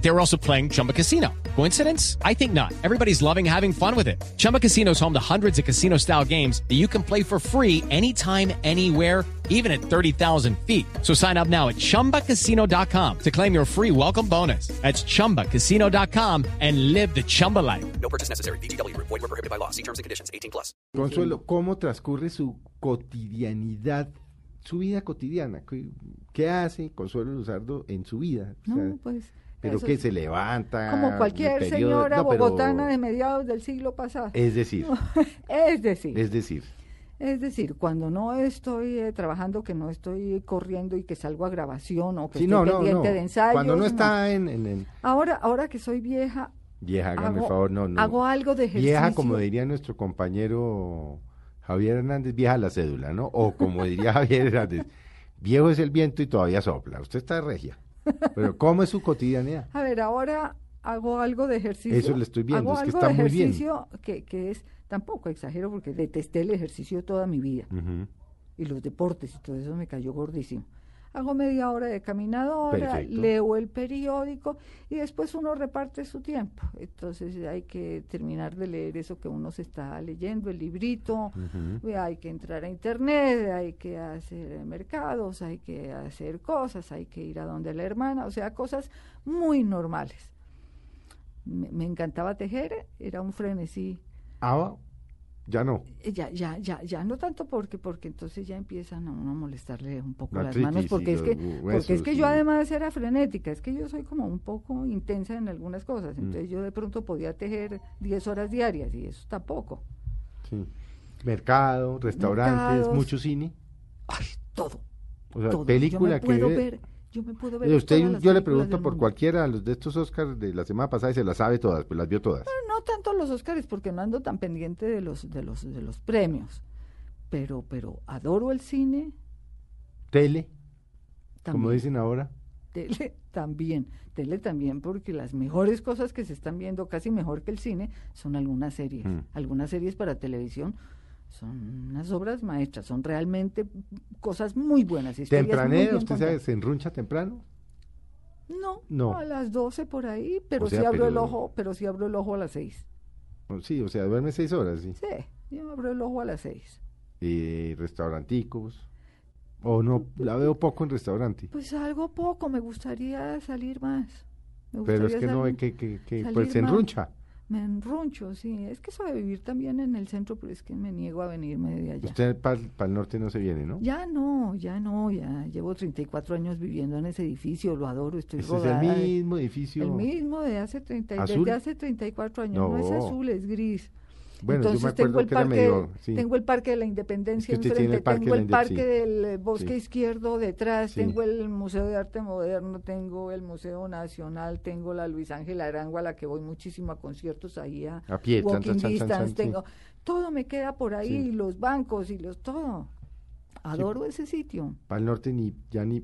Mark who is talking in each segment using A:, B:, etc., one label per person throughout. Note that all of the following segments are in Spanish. A: They were also playing Chumba Casino. Coincidence? I think not. Everybody's loving having fun with it. Chumba Casino is home to hundreds of casino style games that you can play for free anytime, anywhere even at 30,000 feet. So sign up now at ChumbaCasino.com to claim your free welcome bonus. That's ChumbaCasino.com and live the Chumba life.
B: No purchase necessary. BGW. Void were prohibited by law. See terms and conditions. 18 plus.
C: Consuelo, ¿cómo transcurre su cotidianidad, su vida cotidiana? ¿Qué, qué hace Consuelo Luzardo en su vida? O sea,
D: No, pues.
C: pero
D: eso
C: que
D: es
C: se levanta.
D: Como cualquier
C: periodo-
D: señora
C: no, pero-
D: bogotana de mediados del siglo pasado.
C: Es decir,
D: Es decir, es...
C: es decir,
D: decir, cuando no estoy eh, trabajando, que no estoy corriendo y que salgo a grabación o que
C: sí,
D: estoy
C: no, no,
D: pendiente
C: no.
D: de ensayos.
C: Cuando no está en, en, en-
D: Ahora, ahora que soy vieja,
C: vieja, hágame el
D: hago,
C: favor, no, no.
D: hago algo de ejercicio.
C: vieja, como diría nuestro compañero Javier Hernández, vieja la cédula, ¿no? O como diría Javier Hernández, viejo es el viento y todavía sopla. Usted está regia. Pero ¿cómo es su cotidianidad?
D: A ver, ahora hago algo de ejercicio.
C: Eso le estoy viendo,
D: Hago
C: es que
D: algo
C: está
D: de
C: muy bien.
D: ejercicio que, que es, tampoco exagero porque detesté el ejercicio toda mi vida.
C: Ujú.
D: y los deportes y todo eso me cayó gordísimo. Hago media hora de caminadora,
C: Perfecto.
D: leo el periódico y después uno reparte su tiempo. Entonces hay que terminar de leer eso que uno se está leyendo, el librito, eh, hay que entrar a internet, hay que hacer eh, mercados, hay que hacer cosas, hay que ir a donde la hermana, o sea, cosas muy normales. Me, me encantaba tejer, era un frenesí
C: Ah, ya no.
D: eh, Ya, ya, ya, ya, no tanto porque, porque entonces ya empiezan a uno a molestarle un poco
C: La
D: las manos,
C: artritis y
D: porque es
C: los
D: que,
C: hu-
D: porque es que
C: huesos
D: yo
C: y-
D: además era frenética, es que yo soy como un poco intensa en algunas cosas,
C: Mm.
D: entonces yo de pronto podía tejer 10 horas diarias y eso tampoco,
C: Sí. Mercado, restaurantes,
D: Mercados.
C: mucho cine.
D: ay, todo,
C: O sea,
D: todo,
C: película
D: yo me puedo
C: que ve-
D: ver, yo me puedo ver
C: Eh, Usted,
D: todas las
C: yo le
D: películas
C: pregunto
D: del
C: por
D: mundo.
C: cualquiera de los de estos Oscars de la semana pasada y se las sabe todas, pues las vio todas.
D: No tanto los Óscares porque no ando tan pendiente de los, de los, de los premios, pero, pero adoro el cine,
C: Tele,
D: también.
C: como dicen ahora.
D: Tele también, tele también, porque las mejores cosas que se están viendo, casi mejor que el cine, son algunas series.
C: Mm.
D: Algunas series para televisión son unas obras maestras, son realmente cosas muy buenas. historias muy
C: Tempranero,
D: bien
C: usted sabe,
D: contadas.
C: se enruncha temprano.
D: No,
C: No.
D: a las 12 por ahí, pero
C: O sea,
D: sí abro el
C: pero-
D: ojo, pero sí abro el ojo a las 6.
C: O Sí, o sea, duerme seis horas, sí.
D: Sí, yo abro el ojo a las 6.
C: Y restauranticos. O no, la veo poco en restaurante.
D: Pues algo poco, me gustaría salir más. Me
C: Pero es
D: gustaría
C: que no
D: salir-
C: ve que, que, que,
D: salir
C: pues se
D: más.
C: enruncha.
D: Me enruncho, sí. Es que eso de vivir también en el centro, pero es que me niego a venirme de allá.
C: Usted para el norte no se viene, ¿no?
D: Ya no, ya no, ya llevo 34 años viviendo en ese edificio, lo adoro, estoy
C: Ese es el
D: rodada. de-
C: mismo edificio.
D: el mismo de hace 30, y-
C: ¿Azul?
D: desde hace 34 años, no, es
C: No.
D: azul, es gris.
C: Bueno, yo me
D: Entonces tengo
C: acuerdo
D: el
C: que era
D: parque,
C: medio- sí.
D: tengo el parque de la Independencia
C: usted tiene
D: enfrente,
C: el parque de
D: tengo
C: la
D: el
C: Inde-
D: parque
C: sí.
D: del eh, bosque
C: Sí.
D: izquierdo detrás,
C: Sí.
D: tengo el Museo de Arte Moderno, tengo el Museo Nacional, tengo la Luis Ángela Arango a la que voy muchísimo a conciertos ahí a,
C: A pie, chan,
D: walking
C: chan, chan, chan,
D: distance,
C: sí.
D: tengo todo me queda por ahí,
C: Sí.
D: y los bancos y los todo. Adoro ese sitio.
C: Para el norte ni, ya ni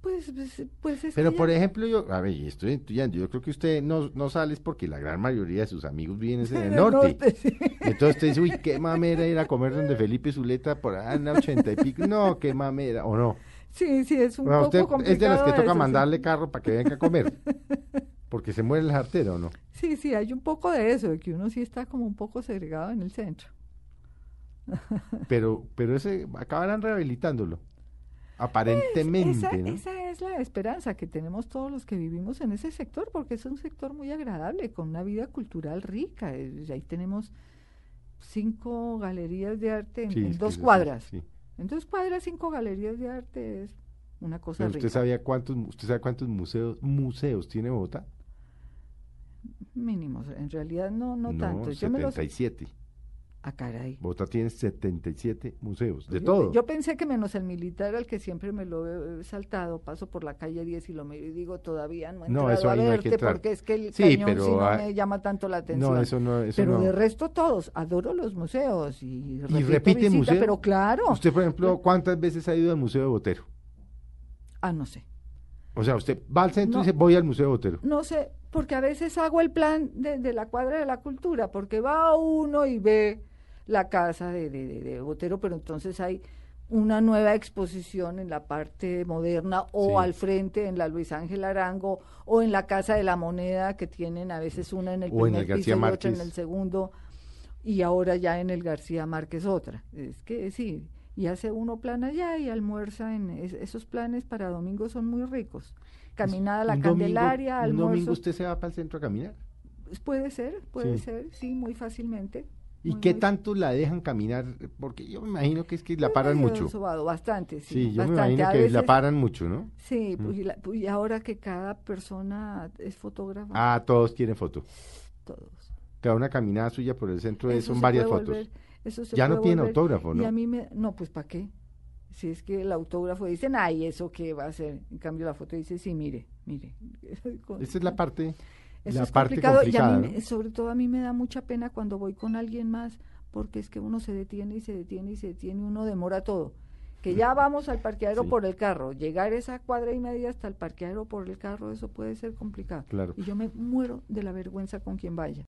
D: Pues, pues, pues es
C: Pero
D: que
C: por
D: ya-
C: ejemplo, yo, a ver, y estoy intuyendo, yo creo que usted no, no sale es porque la gran mayoría de sus amigos viven es en el norte.
D: sí.
C: Entonces usted dice, uy, qué mamera ir a comer donde Felipe Zuleta por allá en la ochenta y pico. No, qué mamera, o no.
D: sí, sí, es un
C: Bueno,
D: poco
C: usted
D: complicado.
C: es de las que
D: eso,
C: toca
D: sí.
C: mandarle carro para que venga a comer. Porque se muere la jartera, ¿o no?
D: Sí, sí, hay un poco de eso, de que uno sí está como un poco segregado en el centro.
C: Pero, pero ese, acabarán rehabilitándolo. Aparentemente,
D: Esa,
C: ¿no?
D: Pues, esa es la esperanza que tenemos todos los que vivimos en ese sector, porque es un sector muy agradable, con una vida cultural rica. Eh, Ahí tenemos cinco galerías de arte en,
C: Sí,
D: en
C: es que
D: dos
C: eso sí,
D: cuadras.
C: sí.
D: En dos cuadras, cinco galerías de arte es una cosa
C: Pero
D: rica.
C: usted sabía cuántos, usted sabe cuántos museos, museos tiene Bogotá?
D: Mínimos. En realidad no, no, tanto. Yo me los.
C: 77.
D: Ah, caray.
C: Bogotá tiene 77 museos, de
D: Yo-
C: todo.
D: Yo pensé que menos el militar al que siempre me lo he saltado, paso por la calle 10 y lo miro y digo, todavía no he
C: No,
D: entrado
C: eso
D: a
C: ahí no hay que
D: verte
C: entrar.
D: porque es que el
C: Sí,
D: cañón
C: pero
D: sí no
C: hay-
D: me llama tanto la atención.
C: no, eso no, eso
D: pero
C: no.
D: de resto todos, adoro los museos y,
C: ¿Y
D: repito
C: repite
D: visita,
C: museo?
D: pero claro.
C: Usted, por ejemplo, ¿cuántas veces ha ido al Museo de Botero?
D: Ah, no sé.
C: O sea, usted va al centro y
D: No.
C: dice, voy al Museo de Botero.
D: No sé, porque a veces hago el plan de, de la cuadra de la cultura, porque va uno y ve la casa de, de, de- de Botero, pero entonces hay una nueva exposición en la parte moderna o
C: Sí.
D: al frente en la Luis Ángel Arango o en la Casa de la Moneda que tienen a veces una en el
C: O en
D: primer
C: el
D: piso
C: García
D: y otra en
C: Márquez.
D: el segundo y ahora ya en el García Márquez otra. Es que sí, y hace uno plan allá y almuerza en es- esos planes para domingo son muy ricos. Caminada a la
C: Un domingo-
D: Candelaria,
C: ¿Un domingo
D: almuerzo.
C: usted se va para el centro a caminar?
D: Pues Puede ser, puede
C: Sí.
D: ser, sí, muy fácilmente.
C: ¿Y
D: Muy,
C: qué
D: muy-
C: tanto la dejan caminar? Porque yo me imagino que es que la
D: Pues
C: paran
D: medio
C: mucho.
D: sobado, bastante, sí.
C: Sí, yo me
D: bastante.
C: imagino
D: A
C: que la
D: veces-
C: paran Mm. mucho, ¿no?
D: Sí, pues, y, la- pues, y ahora que cada persona es fotógrafo,
C: Ah, todos quieren foto.
D: todos.
C: Cada una caminada suya por el centro es-
D: Eso
C: son
D: se
C: varias
D: puede
C: fotos.
D: volver- eso se
C: Ya no
D: puede
C: tiene
D: volver-
C: autógrafo,
D: Y
C: ¿no?
D: a mí me, no, pues ¿para qué? Si es que el autógrafo dicen, ay, ¿eso qué va a hacer? En cambio la foto dice, sí, mire, mire. Con-
C: Esa es la parte,
D: Eso
C: la
D: es
C: parte
D: complicado y a
C: complicada,
D: mí,
C: ¿no?
D: me- sobre todo a mí me da mucha pena cuando voy con alguien más, porque es que uno se detiene y se detiene y se detiene, y uno demora todo. Que ya vamos al parqueadero
C: Sí.
D: por el carro, llegar esa cuadra y media hasta el parqueadero por el carro, eso puede ser complicado.
C: Claro.
D: Y yo me muero de la vergüenza con quien vaya.